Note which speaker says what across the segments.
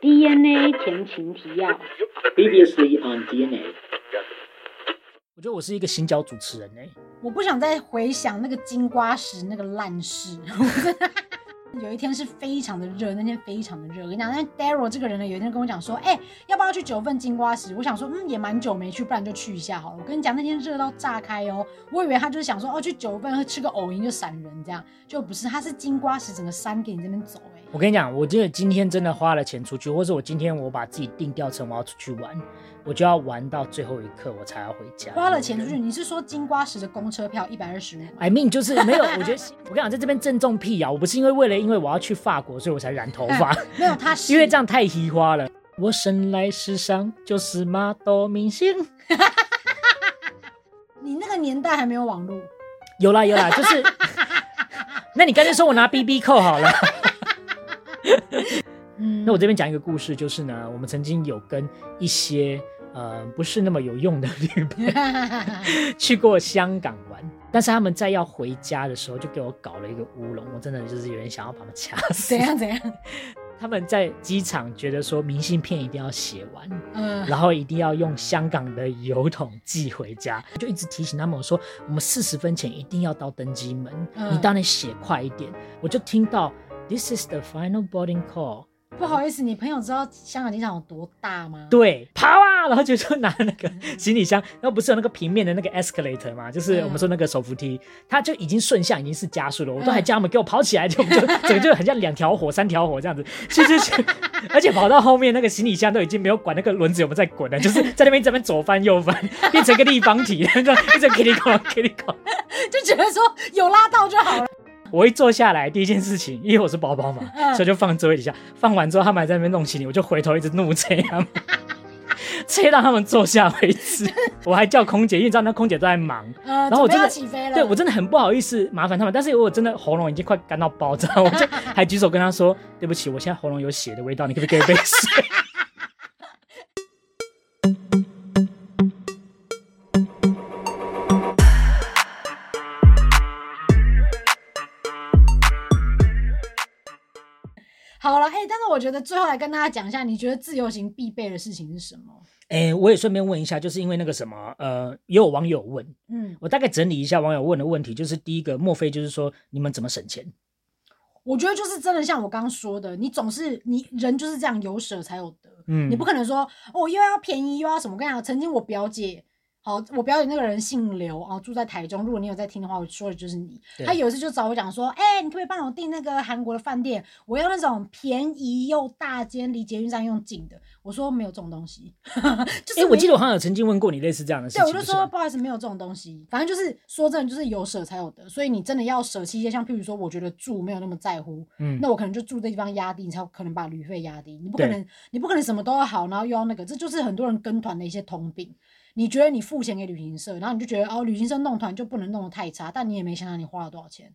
Speaker 1: DNA 前情提要。
Speaker 2: Previously on DNA，
Speaker 3: 我觉得我是一个行脚主持人哎、
Speaker 4: 我不想再回想那个金瓜石那个烂事。 有一天是非常的热，那天非常的热。我跟你讲，那 Daryl 这个人呢，有一天跟我讲说，哎、要不要去九份金瓜石？我想说，嗯，也蛮久没去，不然就去一下好了。我跟你讲，那天热到炸开哦，我以为他就是想说，哦，去九份吃个藕银就闪人这样，就不是，他是金瓜石整个山给你这边走、哎。
Speaker 3: 我跟你讲，我真的今天真的花了钱出去，或者我今天我把自己定调成我要出去玩，我就要玩到最后一刻我才要回家。
Speaker 4: 花了钱出去，
Speaker 3: 嗯
Speaker 4: 你是说金瓜石的公车票一百二十五？
Speaker 3: I mean，就是没有，我觉得我跟你讲，在这边正中辟谣，我不是因为为了因为我要去法国，所以我才染头 发，
Speaker 4: 没有，他啊是
Speaker 3: 因为这样太移花了。我生来世上就是马多明星，
Speaker 4: 你那个年代还没有网络，
Speaker 3: 有啦有啦，就是， 那你干脆说我拿 BB 扣好了。
Speaker 4: 嗯
Speaker 3: 那我这边讲一个故事，就是呢，我们曾经有跟一些呃不是那么有用的旅伴去过香港玩，但是他们在要回家的时候就给我搞了一个乌龙，我真的就是有点想要把他们掐 死
Speaker 4: 怎。样怎样？
Speaker 3: 他们在机场觉得说明信片一定要写完，
Speaker 4: 嗯、
Speaker 3: 然后一定要用香港的邮筒寄回家，就一直提醒他们我说，我们四十分前一定要到登机门，
Speaker 4: 嗯
Speaker 3: 你当然写快一点。我就听到 This is the final boarding call。
Speaker 4: 不好意思，你朋友知道香港机场有多大吗？
Speaker 3: 对，爬啊，然后就就拿那个行李箱，然后不是有那个平面的那个 escalator 嘛，就是我们说那个手扶梯，它就已经顺向已经是加速了，我都还叫他们给我跑起来，就就整个就很像两条火、三条火这样子，去去去，而且跑到后面那个行李箱都已经没有管那个轮子有没有在滚了，就是在那边这边左翻右翻，变成一个立方体， 然后一直 k i l i k o k i l i k o
Speaker 4: 就觉得说有拉到就好了。
Speaker 3: 我一坐下来，第一件事情，因为我是包包嘛，
Speaker 4: 嗯
Speaker 3: 所以就放座位底下。放完之后，他们还在那边弄行李，我就回头一直怒催他们， 催到他们坐下为止。我还叫空姐，因为你知道那空姐都在忙。
Speaker 4: 呃，
Speaker 3: 然后我
Speaker 4: 准备
Speaker 3: 真的
Speaker 4: 要起飞了，
Speaker 3: 对我真的很不好意思麻烦他们，但是我真的喉咙已经快干到爆炸，我就还举手跟他说：“对不起，我现在喉咙有血的味道，你可不可以给我一杯水？”
Speaker 4: 好了，哎、但是我觉得最后来跟大家讲一下，你觉得自由行必备的事情是什么？
Speaker 3: 哎，我也顺便问一下，就是因为那个什么，呃，也有网友问
Speaker 4: 嗯，
Speaker 3: 我，大概整理一下网友问的问题，就是第一个，莫非就是说你们怎么省钱？
Speaker 4: 我觉得就是真的像我刚刚说的，你总是你人就是这样有舍才有得，
Speaker 3: 嗯
Speaker 4: 你不可能说哦又要便宜又要什么。我跟你讲，曾经我表姐。好，我表姐那个人姓刘哦，住在台中。如果你有在听的话，我说的就是你。
Speaker 3: 对
Speaker 4: 他有一次就找我讲说，哎、你可不可以帮我订那个韩国的饭店？我要那种便宜又大间，离捷运站又近的。我说没有这种东西， 就是
Speaker 3: 哎、我记
Speaker 4: 得。
Speaker 3: 得我好像有曾经问过你类似这样的事
Speaker 4: 对，我
Speaker 3: 情，
Speaker 4: 就
Speaker 3: 不是啊
Speaker 4: 说
Speaker 3: 吗
Speaker 4: 不好意思，没有这种东西。反正就是说真的，就是有舍才有得，所以你真的要舍弃一些，像譬如说，我觉得住没有那么在乎，
Speaker 3: 嗯，
Speaker 4: 那我可能就住这地方压低，你才有可能把旅费压低。你不可
Speaker 3: 对
Speaker 4: 能，你不可能什么都要好，然后又要那个，这就是很多人跟团的一些通病。你觉得你付钱给旅行社，然后你就觉得哦，旅行社弄团就不能弄得太差，但你也没想想你花了多少钱。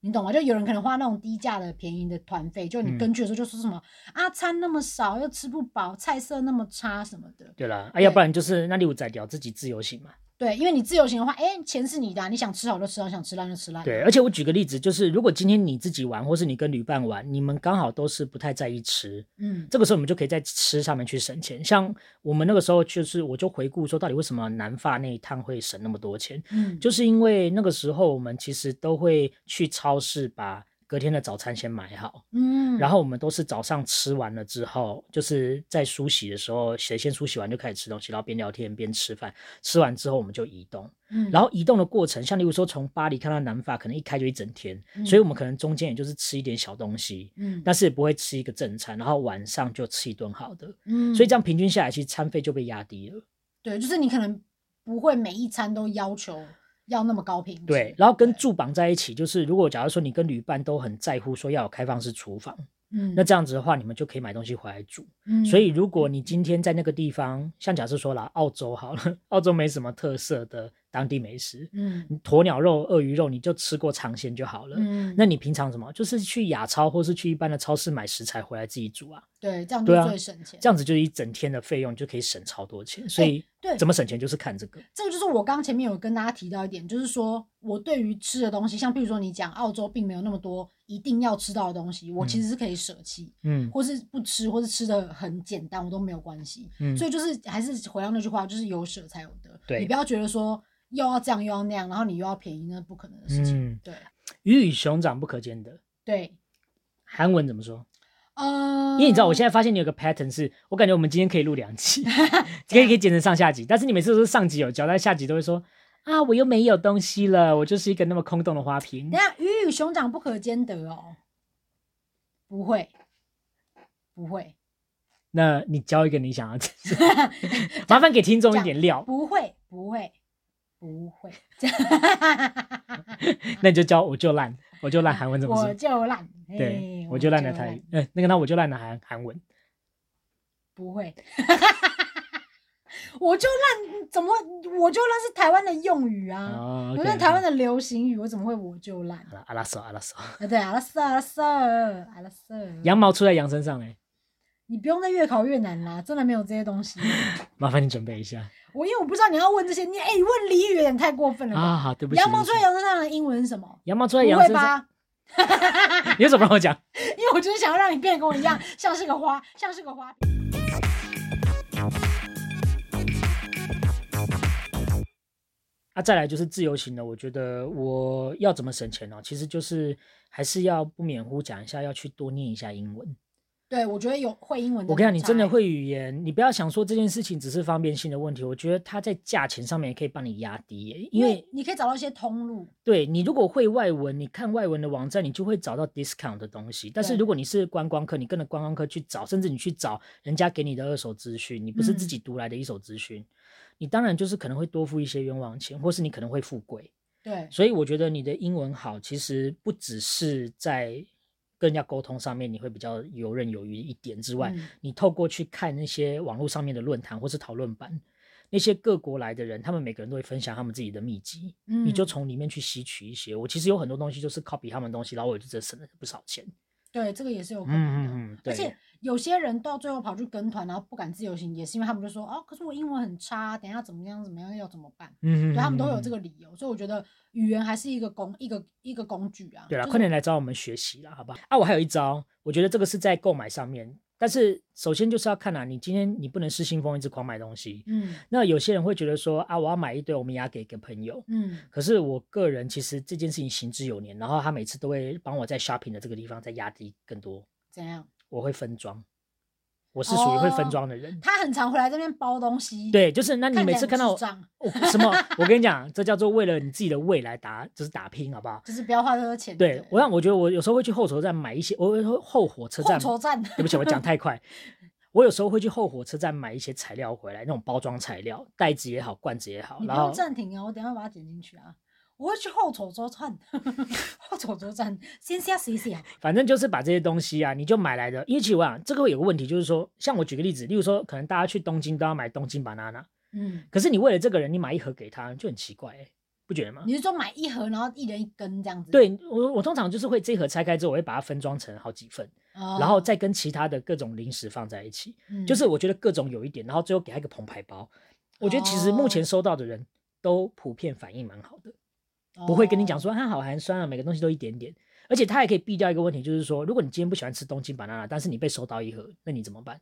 Speaker 4: 你懂吗？就有人可能花那种低价的、便宜的团费，就
Speaker 3: 嗯
Speaker 4: 你跟去的时候就说什么、啊，餐那么少，又吃不饱，菜色那么差什么的。
Speaker 3: 对啦，啊，要不然就是那六五仔聊自己自由行嘛。
Speaker 4: 对，因为你自由行的话，哎、钱是你的啊、你想吃好就吃好，想吃烂就吃烂。啊
Speaker 3: 对，而且我举个例子，就是如果今天你自己玩，或是你跟旅伴玩，你们刚好都是不太在意吃，
Speaker 4: 嗯，
Speaker 3: 这个时候你们就可以在吃上面去省钱。像我们那个时候，就是我就回顾说，到底为什么南法那一趟会省那么多钱，
Speaker 4: 嗯，
Speaker 3: 就是因为那个时候我们其实都会去超市把隔天的早餐先买好，
Speaker 4: 嗯，
Speaker 3: 然后我们都是早上吃完了之后，就是在梳洗的时候，谁先梳洗完就开始吃东西，然后边聊天边吃饭。吃完之后我们就移动，
Speaker 4: 嗯，
Speaker 3: 然后移动的过程，像例如说从巴黎看到南法，可能一开就一整天，
Speaker 4: 嗯
Speaker 3: 所以我们可能中间也就是吃一点小东西，
Speaker 4: 嗯，
Speaker 3: 但是也不会吃一个正餐，然后晚上就吃一顿好的，
Speaker 4: 嗯，
Speaker 3: 所以这样平均下来，其实餐费就被压低了。
Speaker 4: 对，就是你可能不会每一餐都要求要那么高品质。
Speaker 3: 对，然后跟
Speaker 4: 对，
Speaker 3: 住绑在一起，就是如果假如说你跟旅伴都很在乎说要有开放式厨房，
Speaker 4: 嗯，
Speaker 3: 那这样子的话，你们就可以买东西回来煮。
Speaker 4: 嗯
Speaker 3: 所以，如果你今天在那个地方，像假设说啦，澳洲好了，澳洲没什么特色的当地美食，
Speaker 4: 嗯
Speaker 3: 你鸵鸟肉、鳄鱼肉，你就吃过尝鲜就好了。
Speaker 4: 嗯，
Speaker 3: 那你平常什么，就是去亚超或是去一般的超市买食材回来自己煮啊，
Speaker 4: 对这样
Speaker 3: 对
Speaker 4: 就
Speaker 3: 啊
Speaker 4: 最省钱。
Speaker 3: 这样子就是一整天的费用就可以省超多钱。所以，
Speaker 4: 哎对
Speaker 3: 怎么省钱就是看这个。
Speaker 4: 这个就是我刚前面有跟大家提到一点，就是说我对于吃的东西，像比如说你讲澳洲并没有那么多一定要吃到的东西，我其实是可以舍弃，
Speaker 3: 嗯
Speaker 4: 或是不吃，或是吃的很简单，我都没有关系。
Speaker 3: 嗯
Speaker 4: 所以就是还是回到那句话，就是有舍才有得。
Speaker 3: 对
Speaker 4: 你不要觉得说又要这样又要那样，然后你又要便宜，那是不可能的事情。
Speaker 3: 嗯，
Speaker 4: 对
Speaker 3: 鱼与熊掌不可兼得。
Speaker 4: 对，
Speaker 3: 韩文怎么说？
Speaker 4: 呃，
Speaker 3: 因为你知道，我现在发现你有个 pattern，是我感觉我们今天可以录两集， 可以可以剪成上下集。但是你每次都是上集有交代，下集都会说啊，我又没有东西了，我就是一个那么空洞的花瓶
Speaker 4: 等一。下鱼与熊掌不可兼得哦，不会，不会，
Speaker 3: 那你教一个你想要， 麻烦给听众一点料，
Speaker 4: 不会，不会，不会，
Speaker 3: 那你就教我就烂，我就烂韩文怎 么
Speaker 4: 我
Speaker 3: 说？
Speaker 4: 就烂，
Speaker 3: 对
Speaker 4: 嘿，
Speaker 3: 我就烂的台语，嗯，那个那我就烂的韩韩文，
Speaker 4: 不会，我就烂，怎么我就烂是台湾的用语啊？
Speaker 3: 哦，
Speaker 4: 有点台湾的流行语，我怎么会我就烂？
Speaker 3: 的阿拉索阿拉索，
Speaker 4: 啊，对，阿拉斯，阿拉斯，阿拉斯，
Speaker 3: 羊毛出在羊身上欸嘞，
Speaker 4: 你不用再越考越难啦，真的没有这些东西。
Speaker 3: 麻烦你准备一下
Speaker 4: 我因为我不知道你要问这些，你哎、你问俚语有点太过分了吧？
Speaker 3: 啊，好，对不
Speaker 4: 嗯
Speaker 3: 起，
Speaker 4: 羊毛
Speaker 3: 对不
Speaker 4: 出
Speaker 3: 起
Speaker 4: 在羊身上的英文是什么？
Speaker 3: 羊毛出
Speaker 4: 不
Speaker 3: 在羊
Speaker 4: 会
Speaker 3: 身上，
Speaker 4: 吧？
Speaker 3: 你为什么让我讲？
Speaker 4: 因为我就是想要让你变得跟我一样，像是个花，像是个花。
Speaker 3: 啊，再来就是自由行的，我觉得我要怎么省钱呢、哦其实就是还是要不免乎讲一下，要去多念一下英
Speaker 4: 嗯
Speaker 3: 文。
Speaker 4: 对，我觉得有会英文。欸
Speaker 3: 我跟你讲，你真的。会语言，你不要想说这件事情只是方便性的问题，我觉得它在价钱上面也可以帮你压低耶，因
Speaker 4: 因
Speaker 3: 为
Speaker 4: 为你可以找到一些通路，
Speaker 3: 对你如果会外文，你看外文的网站，你就会找到 discount 的东西。但是
Speaker 4: 对
Speaker 3: 如果你是观光客，你跟着观光客去找，甚至你去找人家给你的二手资讯，你不是自
Speaker 4: 嗯
Speaker 3: 己读来的一手资讯，你当然就是可能会多付一些冤枉钱，或是你可能会富贵。
Speaker 4: 对
Speaker 3: 所以我觉得你的英文好，其实不只是在跟人家沟通上面你会比较游刃有余一点之外，
Speaker 4: 嗯
Speaker 3: 你透过去看那些网络上面的论坛或是讨论版，那些各国来的人，他们每个人都会分享他们自己的秘籍，
Speaker 4: 嗯
Speaker 3: 你就从里面去吸取一些。我其实有很多东西就是 copy 他们的东西，然后我就真的省了不少钱。
Speaker 4: 对这个也是有可能的。
Speaker 3: 嗯嗯嗯，
Speaker 4: 而
Speaker 3: 对
Speaker 4: 且，有些人到最后跑去跟团，然后不敢自由行，也是因为他们就说哦，可是我英文很差，等一下怎么样怎么样要怎么办？
Speaker 3: 嗯
Speaker 4: 对他们都有这
Speaker 3: 个。
Speaker 4: 个理由，所以我觉得语言还是一个工一个一个工具啊。
Speaker 3: 对了，
Speaker 4: 就是
Speaker 3: 快点来找我们学习啦，好吧？啊，我还有一招，我觉得这个是在购买上面，但是首先就是要看啊，你今天你不能失心疯一直狂买东西，
Speaker 4: 嗯
Speaker 3: 那有些人会觉得说啊，我要买一堆，我们也要给个朋友。
Speaker 4: 嗯
Speaker 3: 可是我个人其实这件事情行之有年，然后他每次都会帮我在 shopping 的这个地方再压低更多，
Speaker 4: 怎样？
Speaker 3: 我会分装，我是属于会分
Speaker 4: 哦
Speaker 3: 装的人。
Speaker 4: 他很常回来这边包东西，，
Speaker 3: 对，就是那你
Speaker 4: 看起
Speaker 3: 每
Speaker 4: 来
Speaker 3: 次
Speaker 4: 很
Speaker 3: 看到
Speaker 4: 智
Speaker 3: 我，
Speaker 4: 障
Speaker 3: 我 什么？我跟你讲，这叫做为了你自己的未来打，就是打拼，好不好？
Speaker 4: 就是不要花太多钱。
Speaker 3: 对我让我觉得我有时候会去后车站买一些，我会后火车
Speaker 4: 后
Speaker 3: 站，
Speaker 4: 筹站，
Speaker 3: 对不起，我讲 太快。我有时候会去后火车站买一些材料回来，那种包装材料，袋子也好，罐子也好，
Speaker 4: 你不
Speaker 3: 然后
Speaker 4: 用暂停啊，我等一下把它剪进去啊。我会去后丑州站， 后丑州站先下洗洗啊。
Speaker 3: 反正就是把这些东西啊，你就买来的。因为其实我想，这个会有个问题，就是说，像我举个例子，例如说，可能大家去东京都要买东京 banana，
Speaker 4: 嗯，
Speaker 3: 可是你为了这个人，你买一盒给他，就很奇怪、欸，不觉得吗？
Speaker 4: 你是说买一盒，然后一人一根这样子？，
Speaker 3: 对我，我通常就是会这一盒拆开之后，我会把它分装成好几份，
Speaker 4: 哦、
Speaker 3: 然后再跟其他的各种零食放在一起。
Speaker 4: 嗯
Speaker 3: 就是我觉得各种有一点，然后最后给他一个澎湃包。我觉得其实目前
Speaker 4: 哦
Speaker 3: 收到的人都普遍反应蛮好的。不会跟
Speaker 4: 哦
Speaker 3: 你讲说它好寒酸啊，每个东西都一点点。而且它还可以避掉一个问题，就是说，如果你今天不喜欢吃东京 banana，但是你被收到一盒，那你怎么办？
Speaker 4: 哦，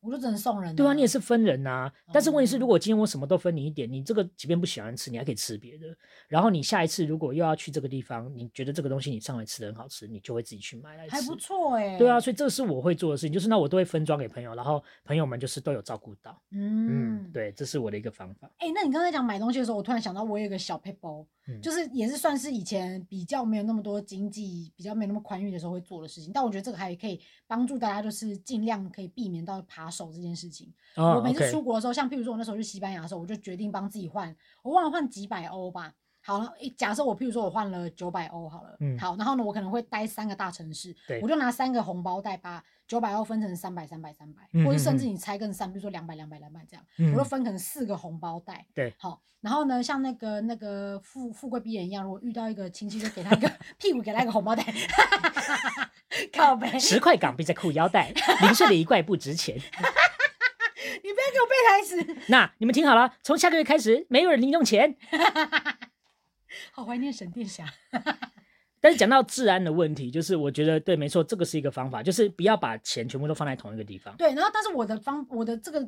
Speaker 4: 我就只能送人。
Speaker 3: 对啊，你也是分人呐、但是问题是，
Speaker 4: 哦
Speaker 3: 如果今天我什么都分你一点，你这个即便不喜欢吃，你还可以吃别的。然后你下一次如果又要去这个地方，你觉得这个东西你上来吃的很好吃，你就会自己去买来吃。
Speaker 4: 还不错哎、
Speaker 3: 对啊，，所以这是我会做的事情，就是那我都会分装给朋友，然后朋友们就是都有照顾到。
Speaker 4: 嗯，
Speaker 3: 嗯，。对，这是我的一个方法。
Speaker 4: 哎、那你刚才讲买东西的时候，我突然想到，我有一个小 p a p e
Speaker 3: 嗯
Speaker 4: 就是也是算是以前比较没有那么多经济、比较没有那么宽裕的时候会做的事情。但我觉得这个还可以帮助大家，就是尽量可以避免到扒手这件事情。
Speaker 3: 哦
Speaker 4: 我每次
Speaker 3: OK
Speaker 4: 出国的时候，像譬如说我那时候去西班牙的时候，我就决定帮自己换，我忘了换几百欧吧。好了，诶假设我譬如说我换了九百欧好了，
Speaker 3: 嗯
Speaker 4: 好，然后呢，我可能会待三个大城市
Speaker 3: 对，
Speaker 4: 我就拿三个红包袋把九百欧分成三百、三百、三百
Speaker 3: 嗯，
Speaker 4: 或者甚至
Speaker 3: 嗯嗯
Speaker 4: 你拆更散，比如说两百、两百、两百这样，
Speaker 3: 嗯
Speaker 4: 我就分成四个红包袋，
Speaker 3: 对
Speaker 4: 好，然后呢，像那个那个富富贵逼人一样，如果遇到一个亲戚，就给他一个 屁股，给他一个红包袋， 靠背，
Speaker 3: 十块港币在裤 腰带，零碎的一块不值钱。
Speaker 4: 你不要给我背台词。
Speaker 3: 那你们听好了，从下个月开始，没有人零用钱。
Speaker 4: 好怀念沈殿霞。
Speaker 3: 但是讲到治安的问题，就是我觉得对，没错，这个是一个方法，就是不要把钱全部都放在同一个地方。
Speaker 4: 对，然后但是我的方我的这个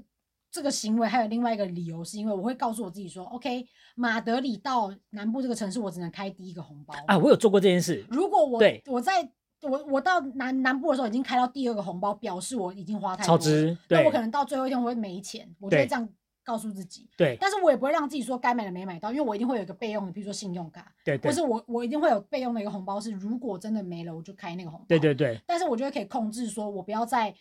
Speaker 4: 这个行为还有另外一个理由，是因为我会告诉我自己说，OK，马德里到南部这个城市，我只能开第一个红包。
Speaker 3: 啊，我有做过这件事，
Speaker 4: 如果我
Speaker 3: 对
Speaker 4: 我在我我到南南部的时候已经开到第二个红包，表示我已经花太多
Speaker 3: 超
Speaker 4: 了，
Speaker 3: 支，
Speaker 4: 那
Speaker 3: 对
Speaker 4: 我可能到最后一天我会没钱，我就会
Speaker 3: 对
Speaker 4: 这样告诉自己。
Speaker 3: 对
Speaker 4: 但是我也不会让自己说该买的没买到，因为我一定会有一个备用的，比如说信用卡，
Speaker 3: 对
Speaker 4: 或
Speaker 3: 对
Speaker 4: 是我我一定会有备用的一个红包，是如果真的没了，我就开那个红包。
Speaker 3: 对对对。
Speaker 4: 但是我觉得可以控制，说我不要在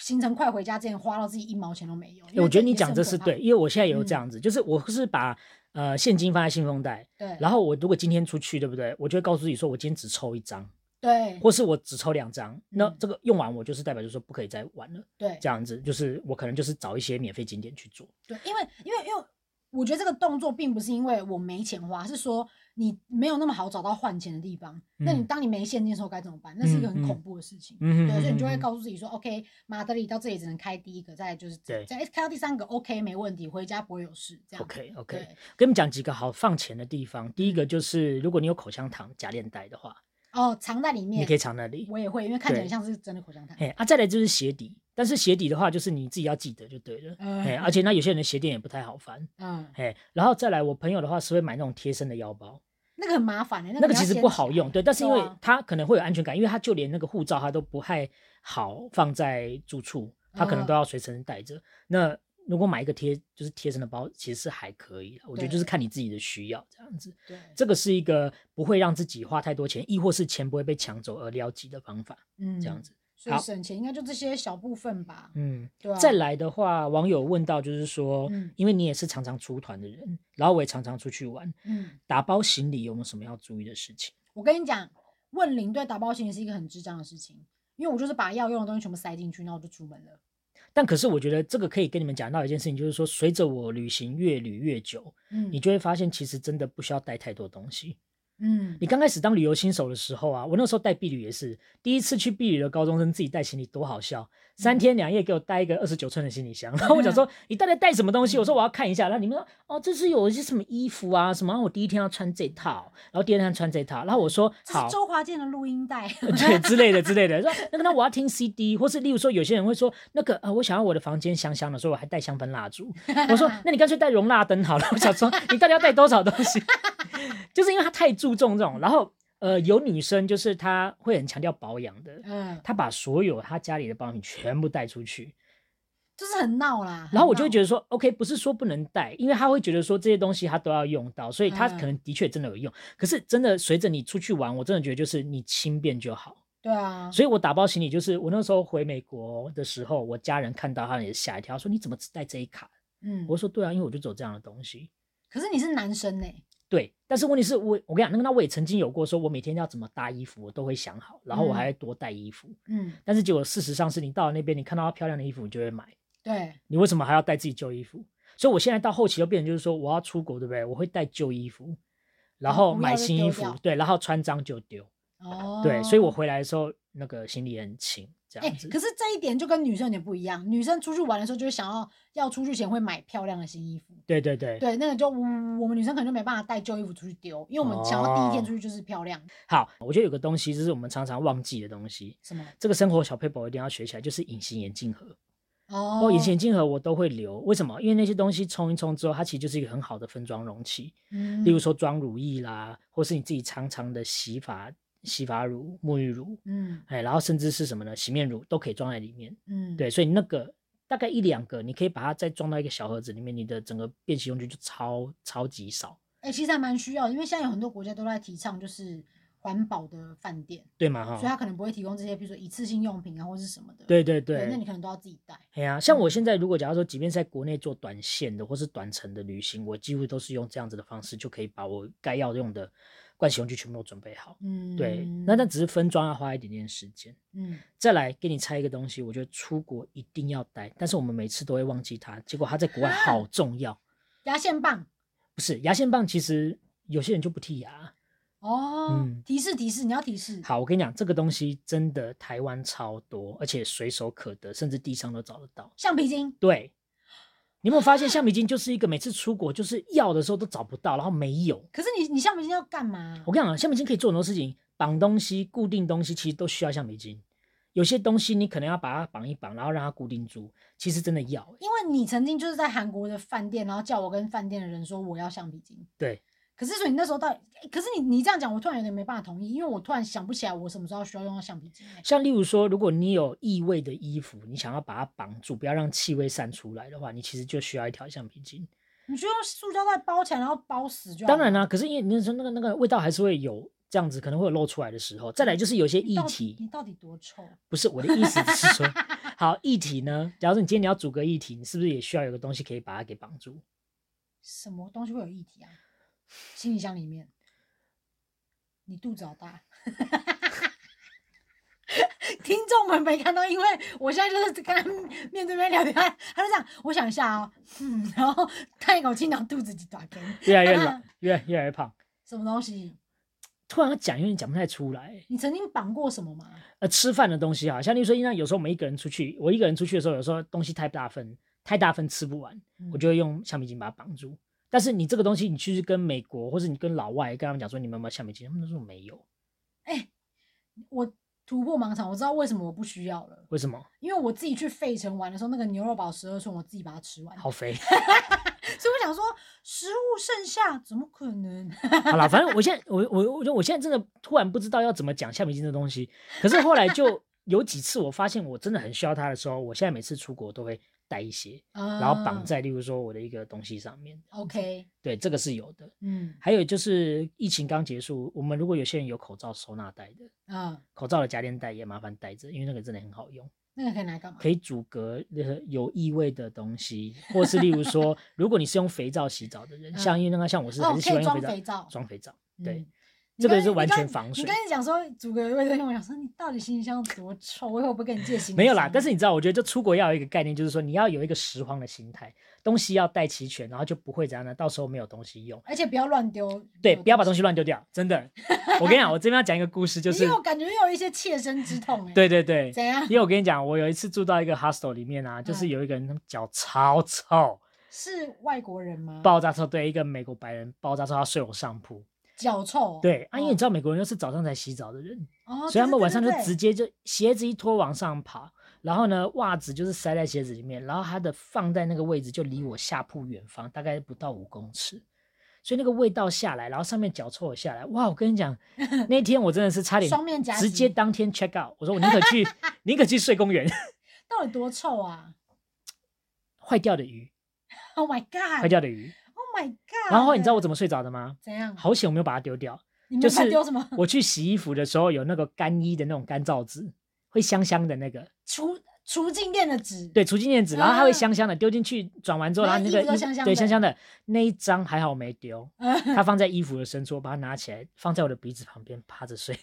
Speaker 4: 行程快回家之前花到自己一毛钱都没有。因
Speaker 3: 欸
Speaker 4: 为
Speaker 3: 我觉得
Speaker 4: 也
Speaker 3: 你讲
Speaker 4: 很
Speaker 3: 这
Speaker 4: 可
Speaker 3: 是
Speaker 4: 怕
Speaker 3: 对，
Speaker 4: 的，
Speaker 3: 因为我现在也有这
Speaker 4: 嗯
Speaker 3: 样子，就是我是把呃现金放在信封袋，
Speaker 4: 对，
Speaker 3: 然
Speaker 4: 后
Speaker 3: 后我如果今天出去，对不对？我就会告诉自己说，我今天只抽一张，
Speaker 4: 对
Speaker 3: 或是我只抽两张。那
Speaker 4: 嗯
Speaker 3: 这个用完，我就是代表就是说不可以再玩了，
Speaker 4: 对
Speaker 3: 这样子就是我可能就是找一些免费景点去做。
Speaker 4: 对，因为因为因为我觉得这个动作并不是因为我没钱花，是说你没有那么好找到换钱的地方。那你
Speaker 3: 嗯
Speaker 4: 当你没现金的时候该怎么办？那是一个很
Speaker 3: 嗯嗯
Speaker 4: 恐怖的事情。
Speaker 3: 嗯
Speaker 4: 对，所以你就会
Speaker 3: 嗯嗯嗯
Speaker 4: 告诉自己说，OK，马德里到这里只能开第一个，再来就是
Speaker 3: 对
Speaker 4: 再开到第三个，OK，没问题，回家不会有事，这样。
Speaker 3: OK OK，
Speaker 4: 对，
Speaker 3: 跟你们讲几个好放钱的地方。第一个就是如果你有口香糖夹链袋的话，
Speaker 4: 哦，藏在里面，
Speaker 3: 你可以藏那里。
Speaker 4: 我也会，因为看起来
Speaker 3: 对
Speaker 4: 像是真的口香糖。
Speaker 3: 哎啊，再来就是鞋底，但是鞋底的话就是你自己要记得就对了。
Speaker 4: 嗯
Speaker 3: 哎，而且那有些人的鞋垫也不太好翻。
Speaker 4: 嗯，
Speaker 3: 哎，然后再来，我朋友的话是会买那种贴身的腰包，
Speaker 4: 那个很麻烦的，
Speaker 3: 那个
Speaker 4: 你要
Speaker 3: 其实
Speaker 4: 掀
Speaker 3: 不
Speaker 4: 起
Speaker 3: 好
Speaker 4: 来
Speaker 3: 用，对，但是因
Speaker 4: 对
Speaker 3: 为
Speaker 4: 啊
Speaker 3: 它可能会有安全感，因为它就连那个护照它都不太好放在住处，它可能都
Speaker 4: 嗯
Speaker 3: 要随身带着。那如果买一个贴就是贴身的包，其实是还可以的，我觉得就是
Speaker 4: 对
Speaker 3: 看你自己的需要这样子。
Speaker 4: 对，
Speaker 3: 这个是一个不会让自己花太多钱，亦或是钱不会被抢走而撩急的方法，
Speaker 4: 嗯
Speaker 3: 这样。子。
Speaker 4: 所以
Speaker 3: 好
Speaker 4: 省钱应该就这些小部分吧，
Speaker 3: 嗯，
Speaker 4: 对啊。
Speaker 3: 再来的话，网友问到就是说，
Speaker 4: 嗯
Speaker 3: 因为你也是常常出团的人，然后我也常常出去玩，
Speaker 4: 嗯，
Speaker 3: 打包行李有没有什么要注意的事情？
Speaker 4: 我跟你讲，问领队打包行李是一个很智障的事情，因为我就是把要用的东西全部塞进去，然后我就出门了。
Speaker 3: 但可是我觉得这个可以跟你们讲到一件事情，就是说，随着我旅行越旅越久，
Speaker 4: 嗯，
Speaker 3: 你就会发现其实真的不需要带太多东西。
Speaker 4: 嗯
Speaker 3: 你刚开始当旅游新手的时候啊，我那时候带避旅也是，第一次去避旅的高中生自己带行李多好笑，
Speaker 4: 嗯
Speaker 3: 三天两夜给我带一个二十九寸的行 李箱，然 后我想说你到底带什么东西？我说我要看一下，然后你们说哦，这是有一些什么衣服啊什么，然后我第一天要穿这套，然后第二天要穿这套，然后我说
Speaker 4: 这
Speaker 3: 好呃
Speaker 4: 是。周华健的录音带，
Speaker 3: 对之类的之类的，说那个那我要听 CD，或是例如说有些人会说那个呃我想要我的房间香香的，所以我还带香氛蜡烛。我说那你干脆带容蜡灯好了。我想说你到底要带多少东西？就是因为他太注重这种，然后呃有女生就是她会很强调保养的，
Speaker 4: 嗯，
Speaker 3: 她把所有她家里的保养品全部带出去，
Speaker 4: 就是很闹啦。
Speaker 3: 然后我就会觉
Speaker 4: 得，
Speaker 3: 得说，OK，不是说不能带，因为他会觉得说这些东西他都要用到，所以他可
Speaker 4: 嗯
Speaker 3: 能的确真的有用。可是真的随着你出去玩，我真的觉得就是你轻便就好。
Speaker 4: 对啊，
Speaker 3: 所以我打包行李，就是我那时候回美国的时候，我家人看到他也吓一跳，说你怎么只带这一卡？
Speaker 4: 嗯，
Speaker 3: 我说对啊，因为我就走这样的东西。
Speaker 4: 可是你是男生欸呢、
Speaker 3: 对，但是问题是我我跟你讲，那个那我也曾经有过，说我每天要怎么搭衣服，我都会想好，然后我
Speaker 4: 嗯
Speaker 3: 还会多带衣服。
Speaker 4: 嗯，
Speaker 3: 但是结果事实上是你到了那边，你看到漂亮的衣服，你就会买。
Speaker 4: 对，
Speaker 3: 你为什么还要带自己旧衣服？所以我现在到后期就变成就是说，我要出国，对不对？我会带旧衣服，然
Speaker 4: 哦
Speaker 3: 后
Speaker 4: 不
Speaker 3: 买
Speaker 4: 要就
Speaker 3: 新
Speaker 4: 丢
Speaker 3: 衣服
Speaker 4: 掉，
Speaker 3: 对，然后穿脏就丢，
Speaker 4: 哦，
Speaker 3: 对。所以我回来的时候，那个行李也很轻，这
Speaker 4: 哎、
Speaker 3: 样子。
Speaker 4: 可是这一点就跟女生有点不一样，女生出去玩的时候就是想要要出去前会买漂亮的新衣服，
Speaker 3: 对对对，
Speaker 4: 对，那个就我我们女生可能就没办法带旧衣服出去丢，因为我们想要第一天
Speaker 3: 哦
Speaker 4: 出去就是漂亮，
Speaker 3: 好，我觉得有个东西，就是我们常常忘记的东西。
Speaker 4: 什么
Speaker 3: 这个生活小 paper 一定要学起来，就是隐形眼镜盒。
Speaker 4: 哦，
Speaker 3: 哦，隐形眼镜盒我都会留，为什么？因为那些东西冲一冲之后，它其实就是一个很好的分装容器。
Speaker 4: 嗯，
Speaker 3: 例如说装乳液啦，或是你自己常常的洗发洗发乳、沐浴乳，
Speaker 4: 嗯
Speaker 3: 哎，然后甚至是什么呢？洗面乳都可以装在里面。
Speaker 4: 嗯，
Speaker 3: 对，所以那个大概一两个，你可以把它再装到一个小盒子里面，你的整个便携用具就超超级少，
Speaker 4: 哎、其实还蛮需要的，因为现在有很多国家都在提倡就是环保的饭店，
Speaker 3: 对吗？
Speaker 4: 所以
Speaker 3: 哈，
Speaker 4: 他可能不会提供这些，比如说一次性用品啊或是什么的，
Speaker 3: 哦对对
Speaker 4: 对，那
Speaker 3: 对
Speaker 4: 你。可能都要自己带，
Speaker 3: 哎呀，像我现在如果假如说，即便是在国内做短线的或是短程的旅行，我几乎都是用这样子的方式，就可以把我该要用的盥洗用具全部都准备好。
Speaker 4: 嗯，
Speaker 3: 对，那但只是分装要花一点点时间。
Speaker 4: 嗯，
Speaker 3: 再来给你猜一个东西，我觉得出国一定要带，但是我们每次都会忘记它，结果它在国外好重要。
Speaker 4: 牙线棒
Speaker 3: 不是牙线棒，其实有些人就不剔牙。
Speaker 4: 哦、
Speaker 3: 嗯
Speaker 4: 提示提示，你要提示，
Speaker 3: 好，我跟你讲，这个东西真的台湾超多，而且随手可得，甚至地上都找得到。
Speaker 4: 橡皮筋，
Speaker 3: 对，你有没有发现橡皮筋就是一个每次出国就是要的时候都找不到，然后没有。
Speaker 4: 可是你你橡皮筋要干嘛？
Speaker 3: 我跟你讲啊，橡皮筋可以做很多事情，绑东西、固定东西，其实都需要橡皮筋。有些东西你可能要把它绑一绑，然后让它固定住，其实真的要、欸
Speaker 4: 因为你曾经就是在韩国的饭店，然后叫我跟饭店的人说我要橡皮筋。
Speaker 3: 对。
Speaker 4: 可是所以你那时候到底，欸可是你你这样讲，我突然有点没办法同意，因为我突然想不起来我什么时候需要用到橡皮筋、欸。
Speaker 3: 像例如说，如果你有异味的衣服，你想要把它绑住，不要让气味散出来的话，你其实就需要一条橡皮筋。
Speaker 4: 你就用塑胶袋包起来，然后包死就好
Speaker 3: 当
Speaker 4: 了
Speaker 3: 然啦、可是因为你说那个那个味道还是会有这样子，可能会有露出来的时候。再来就是有些
Speaker 4: 你
Speaker 3: 液
Speaker 4: 到底
Speaker 3: 体，
Speaker 4: 你到底多臭？
Speaker 3: 不是我的意思是说，好液体呢？假如说你今天你要煮个液体，你是不是也需要有个东西可以把它给绑住？
Speaker 4: 什么东西会有液体啊？行李箱里面，你肚子好大。 听众们没看到，因为我现在就是跟他面对面聊天，他他就这样，我想一下哦，嗯，然后叹一口气，然后肚子就打开。
Speaker 3: 越来越老，越来越来越胖。
Speaker 4: 什么东西？
Speaker 3: 突然讲有点讲不太出来。
Speaker 4: 你曾经绑过什么吗？
Speaker 3: 呃，吃饭的东西啊，像例如说，因为有时候我们一个人出去，我一个人出去的时候，有时候东西太大份，太大份吃不完，我
Speaker 4: 嗯
Speaker 3: 就会用橡皮筋把它绑住。但是你这个东西，你去跟美国或者你跟老外跟他们讲说你们有没有橡皮筋，他们都说没有，
Speaker 4: 我突破盲场，我知道为什么我不需要了，
Speaker 3: 为什么？
Speaker 4: 因为我自己去费城玩的时候，那个牛肉堡十二寸，我自己把它吃完，
Speaker 3: 好肥。
Speaker 4: 所以我想说，食物剩下怎么可能？
Speaker 3: 好啦，反正我现在我我我觉得我现在真的突然不知道要怎么讲橡皮筋这东西，可是后来 就有几次我发现我真的很需要它的时候，我现在每次出国都会带一些，然后绑
Speaker 4: 啊
Speaker 3: 在例如说我的一个东西上面。
Speaker 4: OK，
Speaker 3: 对，这个是有的。
Speaker 4: 嗯
Speaker 3: 还有就是疫情刚结束，我们如果有些人有口罩收纳袋的，
Speaker 4: 啊，
Speaker 3: 口罩的夹链袋也麻烦带着，因为那个真的很好用，
Speaker 4: 那个可以拿来干嘛？
Speaker 3: 可以阻隔呃有异味的东西，或是例 如说，如果你是用肥皂洗澡的人，像因为那个像我是
Speaker 4: 哦
Speaker 3: 很喜
Speaker 4: 可以
Speaker 3: 欢用
Speaker 4: 装肥皂
Speaker 3: 装肥皂，对
Speaker 4: 嗯，
Speaker 3: 这个
Speaker 4: 你刚
Speaker 3: 是完
Speaker 4: 你刚
Speaker 3: 全防水
Speaker 4: 你刚才讲说组个卫生间，我想说你到底行李箱有多臭， 我以后不跟你借行李箱。
Speaker 3: 没有啦，但是你知道，我觉得就出国要有一个概念，就是说你要有一个拾荒的心态，东西要带齐全，然后就不会怎样呢，到时候没有东西用。
Speaker 4: 而且不要乱丢。
Speaker 3: 对，不要把东
Speaker 4: 西。
Speaker 3: 西乱丢掉，真的。我跟 你讲，我这边要讲一个故事，就
Speaker 4: 因
Speaker 3: 是
Speaker 4: 为我感觉又有一些切身之痛哎、
Speaker 3: 对对 对，
Speaker 4: 怎样？
Speaker 3: 因为我跟你讲，我有一次住到一个 hostel 里面啊，就是
Speaker 4: 嗯
Speaker 3: 有一个人他们脚超臭，
Speaker 4: 是外国人吗？
Speaker 3: 爆炸臭，对，一个美国白人爆炸臭，他睡我上铺。
Speaker 4: 脚臭。
Speaker 3: 对，啊，因为你
Speaker 4: 哦
Speaker 3: 知道美国人又是早上才洗澡的人，
Speaker 4: 哦，
Speaker 3: 所以他
Speaker 4: 对
Speaker 3: 们
Speaker 4: 对
Speaker 3: 晚上就
Speaker 4: 对对
Speaker 3: 直接就鞋子一脱往上爬，然后呢，袜子就是塞在鞋子里面，然后他的放在那个位置就离我下铺远方大概不到五公尺，所以那个味道下来，然后上面脚臭下来，哇！我跟 你讲，那天我真的是差点
Speaker 4: 双面夹击
Speaker 3: 直接当天 check out，我说我宁可 去宁可去睡公园，
Speaker 4: 到底多臭啊
Speaker 3: 坏掉的鱼，
Speaker 4: ？Oh my
Speaker 3: 坏
Speaker 4: god！Oh
Speaker 3: 掉的鱼。
Speaker 4: my god！
Speaker 3: 然后后来你知道我
Speaker 4: 怎
Speaker 3: 怎么睡着的吗？
Speaker 4: 怎样？
Speaker 3: 好险我没有把它丢掉，
Speaker 4: 你们
Speaker 3: 就
Speaker 4: 在
Speaker 3: 是
Speaker 4: 丢什么？
Speaker 3: 我去洗衣服的时候有那个干衣的那种干燥纸，会香香的那个。
Speaker 4: 除除静电的纸。
Speaker 3: 对，除静电纸，然后它会
Speaker 4: 啊
Speaker 3: 香香的，丢进去转完之后，然
Speaker 4: 然
Speaker 3: 后
Speaker 4: 后
Speaker 3: 那
Speaker 4: 衣
Speaker 3: 个
Speaker 4: 服都
Speaker 3: 衣
Speaker 4: 香香
Speaker 3: 对
Speaker 4: 的
Speaker 3: 香香的那一张还好我没丢，
Speaker 4: 嗯，
Speaker 3: 它放在衣服的深处，我把它拿起来放在我的鼻子旁边趴着睡。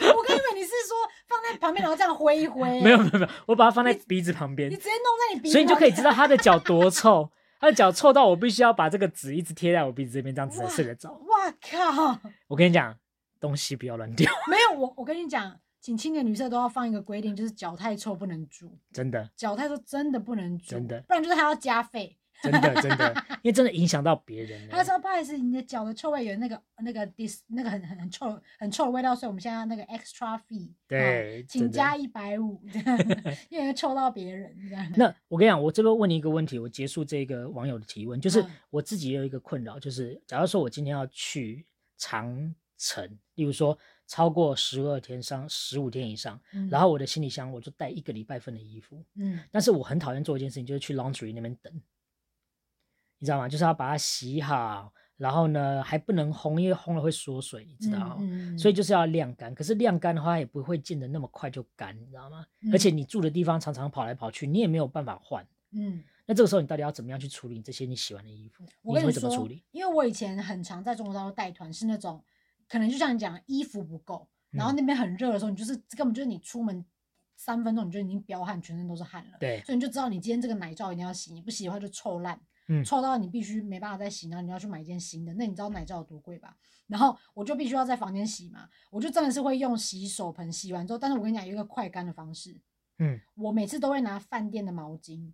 Speaker 4: 我刚以为你是说放在旁边，然后这样挥一挥。
Speaker 3: 没有没有没有，我把它放在鼻子旁
Speaker 4: 嗯你
Speaker 3: 边
Speaker 4: 直，接弄在你鼻子旁边，
Speaker 3: 所以你就可以知道它的脚多臭， 它的脚臭到我必须要把这个纸一直贴在我鼻子这边，这样子才睡得着。
Speaker 4: 哇靠！
Speaker 3: 我跟你讲，东西不要乱丢，
Speaker 4: 没有我，我跟你讲，请青年旅社都要放一个规定，就是脚太臭不能住，
Speaker 3: 真的
Speaker 4: 脚太臭真的不能住，
Speaker 3: 真的
Speaker 4: 不然就是他要加费。
Speaker 3: 真的真 的，因为真的影响到别人了
Speaker 4: 他。说不好意思，你的脚的臭味有那个那个 dis 那个很很很臭很臭的味道，所以我们现在要那个 extra fee，哦
Speaker 3: 对真
Speaker 4: 请
Speaker 3: 的
Speaker 4: 加一百五， 这 样因为会臭到别人这样。
Speaker 3: 那我跟你讲，我这边问你一个问题，我结束这个网友的提问，就是
Speaker 4: 嗯
Speaker 3: 我自己也有一个困扰，就是假如说我今天要去长城，例如说超过十二天上十五天以上，
Speaker 4: 嗯
Speaker 3: 然后我的行李箱我就带一个礼拜份的衣服，
Speaker 4: 嗯，
Speaker 3: 但是我很讨厌做一件事情，就是去 laundry 那边等，你知道吗？就是要把它洗好，然后呢还不能烘，因为烘了会缩水，你知道吗？
Speaker 4: 嗯
Speaker 3: 所以就是要晾干。可是晾干的话，也不会见得那么快就干，你知道吗？而且你住的地方常常跑来跑去，你也没有办法换。
Speaker 4: 嗯。嗯
Speaker 3: 那这个时候你到底要怎么样去处理这些你洗完的衣服？
Speaker 4: 我跟
Speaker 3: 会
Speaker 4: 你
Speaker 3: 怎么处
Speaker 4: 说
Speaker 3: 理？，
Speaker 4: 因为我以前很常在中国大陆带团，是那种可能就像你讲，衣服不够，然后
Speaker 3: 嗯
Speaker 4: 那边很热的时候，你就是根本就是你出门三分钟，你就已经飙汗，全身都是汗了。
Speaker 3: 对，
Speaker 4: 所以你就知道你今天这个奶罩一定要洗，你不洗的话就臭烂，
Speaker 3: 嗯
Speaker 4: 臭到你必须没办法再洗，然后你要去买一件新的。那你知道奶罩有多贵吧？然后我就必须要在房间洗嘛，我就真的是会用洗手盆洗完之后，但是我跟你讲有一个快干的方式，
Speaker 3: 嗯，
Speaker 4: 我每次都会拿饭店的毛巾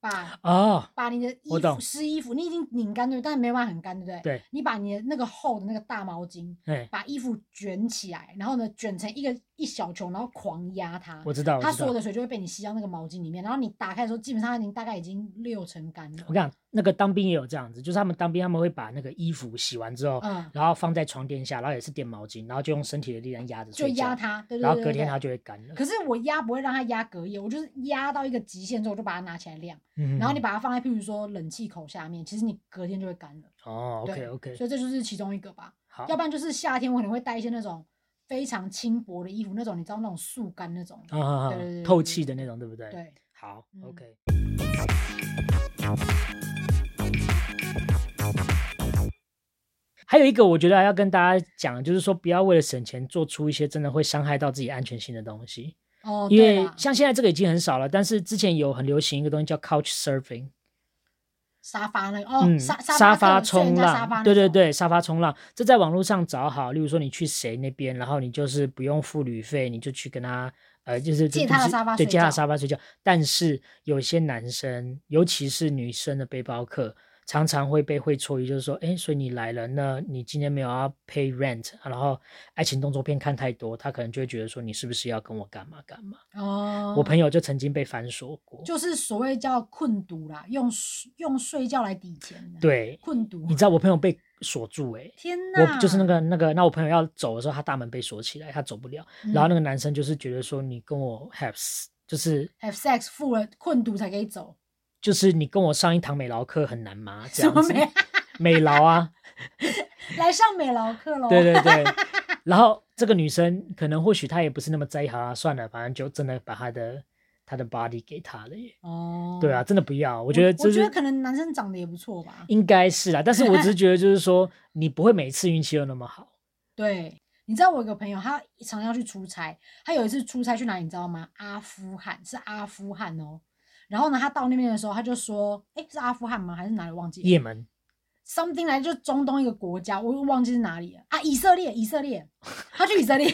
Speaker 4: 把
Speaker 3: 哦，
Speaker 4: 把你的衣服
Speaker 3: 我懂
Speaker 4: 湿衣服，你已经拧干对不对，但没有办法很干对不对？
Speaker 3: 对，
Speaker 4: 你把你的那个厚的那个大毛巾，
Speaker 3: 哎，
Speaker 4: 把衣服卷起来，然后呢卷成一个一小球，然后狂压它。
Speaker 3: 我知道，
Speaker 4: 它
Speaker 3: 我知
Speaker 4: 所
Speaker 3: 道
Speaker 4: 有。的水就会被你吸到那个毛巾里面，然后你打开的时候，基本上它已经大概已经六成干了
Speaker 3: 我跟。你讲，那个当兵也有这样子，就是他们当兵，他们会把那个衣服洗完之后，
Speaker 4: 嗯，
Speaker 3: 然后放在床垫下，然后也是垫毛巾，然后就用身体的力量压着
Speaker 4: 就
Speaker 3: 睡觉
Speaker 4: 压，它，对对对
Speaker 3: 然后隔
Speaker 4: 对
Speaker 3: 天
Speaker 4: 对
Speaker 3: 它就会干了。
Speaker 4: 可是我压不会让它压隔夜，我就是压到一个极限之后，我就把它拿起来晾，
Speaker 3: 嗯
Speaker 4: 然后你把它放在譬如说冷气口下面，其实你隔天就会干了。
Speaker 3: 哦
Speaker 4: 对
Speaker 3: ，OK OK，
Speaker 4: 所以这就是其中一个吧。
Speaker 3: 好
Speaker 4: 要，不然就是夏天我可能会带一些那种非常轻薄的衣服，那种你知道那种速干那种。
Speaker 3: 啊啊啊
Speaker 4: 对对对
Speaker 3: 透
Speaker 4: 对
Speaker 3: 气的那种，对不对？，
Speaker 4: 对，
Speaker 3: 好
Speaker 4: 嗯
Speaker 3: ，OK。还有一个，我觉得要跟大家讲，就是说不要为了省钱做出一些真的会伤害到自己安全性的东西。
Speaker 4: 哦，
Speaker 3: 因
Speaker 4: 对
Speaker 3: 为
Speaker 4: 啦，
Speaker 3: 像现在这个已经很少了，但是之前有很流行一个东西叫 Couch Surfing，
Speaker 4: 沙发那个哦，
Speaker 3: 嗯，
Speaker 4: 沙
Speaker 3: 沙
Speaker 4: 发
Speaker 3: 发
Speaker 4: 客睡人
Speaker 3: 冲
Speaker 4: 家沙
Speaker 3: 浪
Speaker 4: 发，
Speaker 3: 对
Speaker 4: 那
Speaker 3: 对
Speaker 4: 种，
Speaker 3: 对，沙发冲浪，这在网络上找好，例如说你去谁那边，然后你就是不用付旅费，你就去跟他，呃，就是
Speaker 4: 借
Speaker 3: 就
Speaker 4: 他的
Speaker 3: 是
Speaker 4: 沙发
Speaker 3: 对，
Speaker 4: 睡
Speaker 3: 借他的
Speaker 4: 觉
Speaker 3: 沙发睡觉。但是有些男生，尤其是女生的背包客，常常会被会错意，就是说，哎，所以你来了，那你今天没有要 pay rent，啊然后爱情动作片看太多，他可能就会觉得说，你是不是要跟我干嘛干嘛？
Speaker 4: 哦，
Speaker 3: 我朋友就曾经被反锁过，
Speaker 4: 就是所谓叫困赌啦，用睡用睡觉来抵钱的。，
Speaker 3: 对，
Speaker 4: 困赌。
Speaker 3: 你知道我朋友被锁住、欸，
Speaker 4: 天哪！
Speaker 3: 我就是那个那个，那我朋友要走的时候，他大门被锁起来，他走不了。
Speaker 4: 嗯
Speaker 3: 然后那个男生就是觉得说，你跟我 have，s- 就是
Speaker 4: 嗯 have sex 付了困赌才可以走，
Speaker 3: 就是你跟我上一堂美劳课很难吗？这
Speaker 4: 什
Speaker 3: 样
Speaker 4: 么
Speaker 3: 子，
Speaker 4: 美
Speaker 3: 美 劳啊，
Speaker 4: 来上美劳课喽？
Speaker 3: 对对对。然后这个女生可能或许她也不是那么在意，好啊，算了，反正就真的把她的她的 body 给他了耶。
Speaker 4: 哦，
Speaker 3: 对啊，，真的不要，我
Speaker 4: 我
Speaker 3: 觉得
Speaker 4: 我
Speaker 3: 就
Speaker 4: 觉得
Speaker 3: 是
Speaker 4: 可能男生长得也不错吧。
Speaker 3: 应该是啦，但是我 只是觉得就是说，你不会每次运气都那么好。
Speaker 4: 对，你知道我有个朋友，他常要去出差，他有一次出差去哪里，你知道吗？阿富汗是阿富汗哦。然后呢，他到那边的时候，他就说：“哎，是阿富汗吗？还是哪里忘记了
Speaker 3: 也门，
Speaker 4: something 来就中东一个国家，我又忘记是哪里了啊，以色列，以色列，他去以色列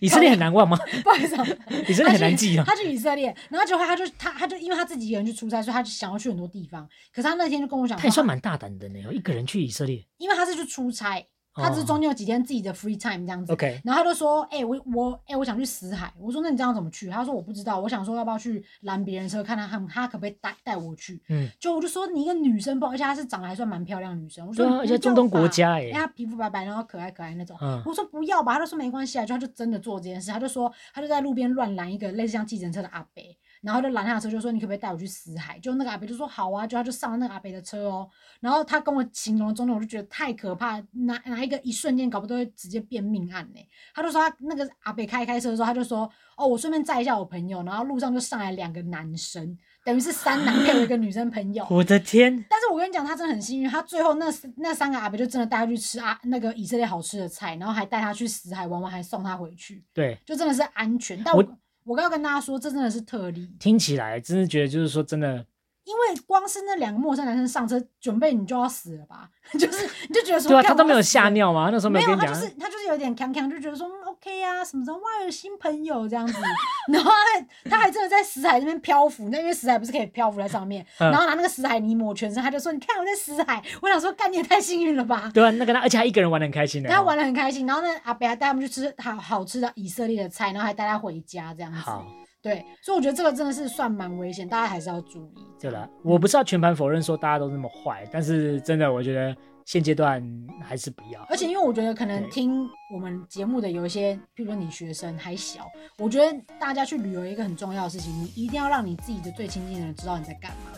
Speaker 3: 以色列很难忘吗？
Speaker 4: 不好意 思啊，
Speaker 3: 以色列很难记啊
Speaker 4: 他去。他去以色列，然后结果他就他他就因为他自己一个人去出差，所以他就想要去很多地方。可啊是他那天就跟我讲
Speaker 3: 他也
Speaker 4: 说，
Speaker 3: 算蛮大胆的呢，一个人去以色列。
Speaker 4: 因为他是去出差，他
Speaker 3: 哦
Speaker 4: 只是中间有几天自己的 free time 这样子。
Speaker 3: OK，
Speaker 4: 然后他就说：“哎、我我哎、我想去死海。”我说：“那你这样怎么去？”他说：“我不知道。”我想说要不要去拦别人车，看他他他可不可以带带我去。
Speaker 3: 嗯，
Speaker 4: 就我就说你一个女生，不好而且她是长得还算蛮漂亮的女生。我说
Speaker 3: 对啊
Speaker 4: 你
Speaker 3: 而
Speaker 4: 不
Speaker 3: 且中
Speaker 4: 要
Speaker 3: 东国
Speaker 4: 吧
Speaker 3: 家
Speaker 4: 哎、
Speaker 3: 欸
Speaker 4: 她皮肤白白，然后可爱可爱那种。
Speaker 3: 嗯
Speaker 4: 我说不要吧，他就说没关系啊，就他就真的做这件事，他就说他就在路边乱拦一个类似像计程车的阿伯，然后就拦他的车，就说你可不可以带我去死海？就那个阿伯就说好啊，就他就上了那个阿伯的车哦，然后他跟我形容的种种，我就觉得太可怕，哪哪一个一瞬间搞不都会直接变命案呢、他就说他那个阿北开开车的时候，他就说哦，我顺便载一下我朋友，然后路上就上来两个男生，等于是三男配有一个女生朋友。
Speaker 3: 我的天，
Speaker 4: 但是我跟你讲，他真的很幸运，他最后那三那三个阿伯就真的带他去吃啊那个以色列好吃的菜，然后还带他去死海玩玩，还送他回去，
Speaker 3: 对，
Speaker 4: 就真的是安全。但
Speaker 3: 我
Speaker 4: 我我刚刚跟大家说，这真的是特例，
Speaker 3: 听起来真是觉得就是说真的，
Speaker 4: 因为光是那两个陌生男生上车，准备你就要死了吧？ 就是你就觉得说，
Speaker 3: 对啊，
Speaker 4: 干
Speaker 3: 他都
Speaker 4: 我
Speaker 3: 没
Speaker 4: 要
Speaker 3: 有
Speaker 4: 死
Speaker 3: 吓
Speaker 4: 了
Speaker 3: 尿吗？那时候
Speaker 4: 没
Speaker 3: 有跟
Speaker 4: 有，
Speaker 3: 你
Speaker 4: 他
Speaker 3: 讲
Speaker 4: 就
Speaker 3: 啊，
Speaker 4: 是他就是有点强强，就觉得说嗯 OK 啊，什么的，哇，有新朋友这样 子。然后他还他还真的在死海那边漂浮，那因为死海不是可以漂浮在上面，
Speaker 3: 嗯
Speaker 4: 然后拿那个死海泥抹全身，他就说你看我在死海，我想说干你也太幸运了吧。
Speaker 3: 对啊，那个他，而且他一个人玩的很开心的。哦
Speaker 4: 他玩的很开心，然后呢，阿北还带他们去吃好好吃的以色列的菜，然后还带他回家这样子。
Speaker 3: 好，
Speaker 4: 对，所以我觉得这个真的是算蛮危险，大家还是要注意。
Speaker 3: 对了，我不是要全盘否认说大家都那么坏，但是真的我觉得现阶段还是不要。
Speaker 4: 而且因为我觉得可能
Speaker 3: 对
Speaker 4: 听我们节目的有一些，譬如说你学生还小，我觉得大家去旅游一个很重要的事情，你一定要让你自己的最亲近的人知道你在干嘛。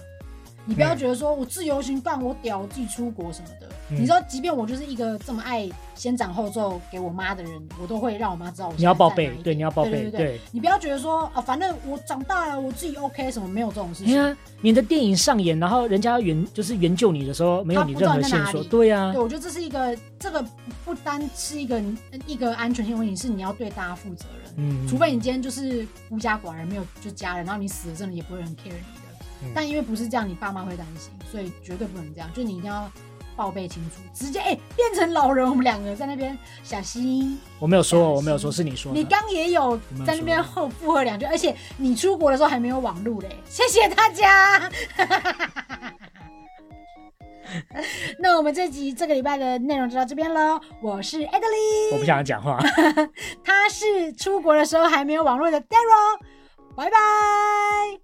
Speaker 4: 你不要
Speaker 3: 嗯
Speaker 4: 觉得说我自由行干我屌，我自己出国什么的。
Speaker 3: 嗯
Speaker 4: 你知道，即便我就是一个这么爱先斩后奏给我妈的人，我都会让我妈知道我现在
Speaker 3: 你要
Speaker 4: 在
Speaker 3: 报
Speaker 4: 哪
Speaker 3: 备
Speaker 4: 一，
Speaker 3: 对，
Speaker 4: 点
Speaker 3: 你要报备，
Speaker 4: 对对。
Speaker 3: 对。
Speaker 4: 你不要觉得说啊，反正我长大了，我自己 OK 什么，没有这种事
Speaker 3: 哎
Speaker 4: 情。
Speaker 3: 呀，免得电影上演，然后人家要援就是援救你的时候，没有
Speaker 4: 他
Speaker 3: 你
Speaker 4: 不知道
Speaker 3: 任何
Speaker 4: 你在
Speaker 3: 线
Speaker 4: 哪
Speaker 3: 索。
Speaker 4: 里
Speaker 3: 对啊
Speaker 4: 对，，我觉得这是一个，这个不单是一个一个安全性问题，是你要对大家负责任。
Speaker 3: 嗯，
Speaker 4: 除非你今天就是孤家寡人，没有就家人，然后你死了，真的也不会有人 care 你的。
Speaker 3: 嗯
Speaker 4: 但因为不是这样，你爸妈会担心，所以绝对不能这样。就你一定要报备清楚，直接哎、变成老人，我们两个在那边小心。
Speaker 3: 我没有说，我没有说，是你说
Speaker 4: 啊
Speaker 3: 的。
Speaker 4: 你刚也有
Speaker 3: 没有
Speaker 4: 在那边
Speaker 3: 说
Speaker 4: 后附和两句，而且你出国的时候还没有网路嘞，谢谢大家。 那我们这集这个礼拜的内容就到这边喽。我是 e d l y
Speaker 3: 我不想讲话，
Speaker 4: 他是出国的时候还没有网络的 Daryl，拜拜。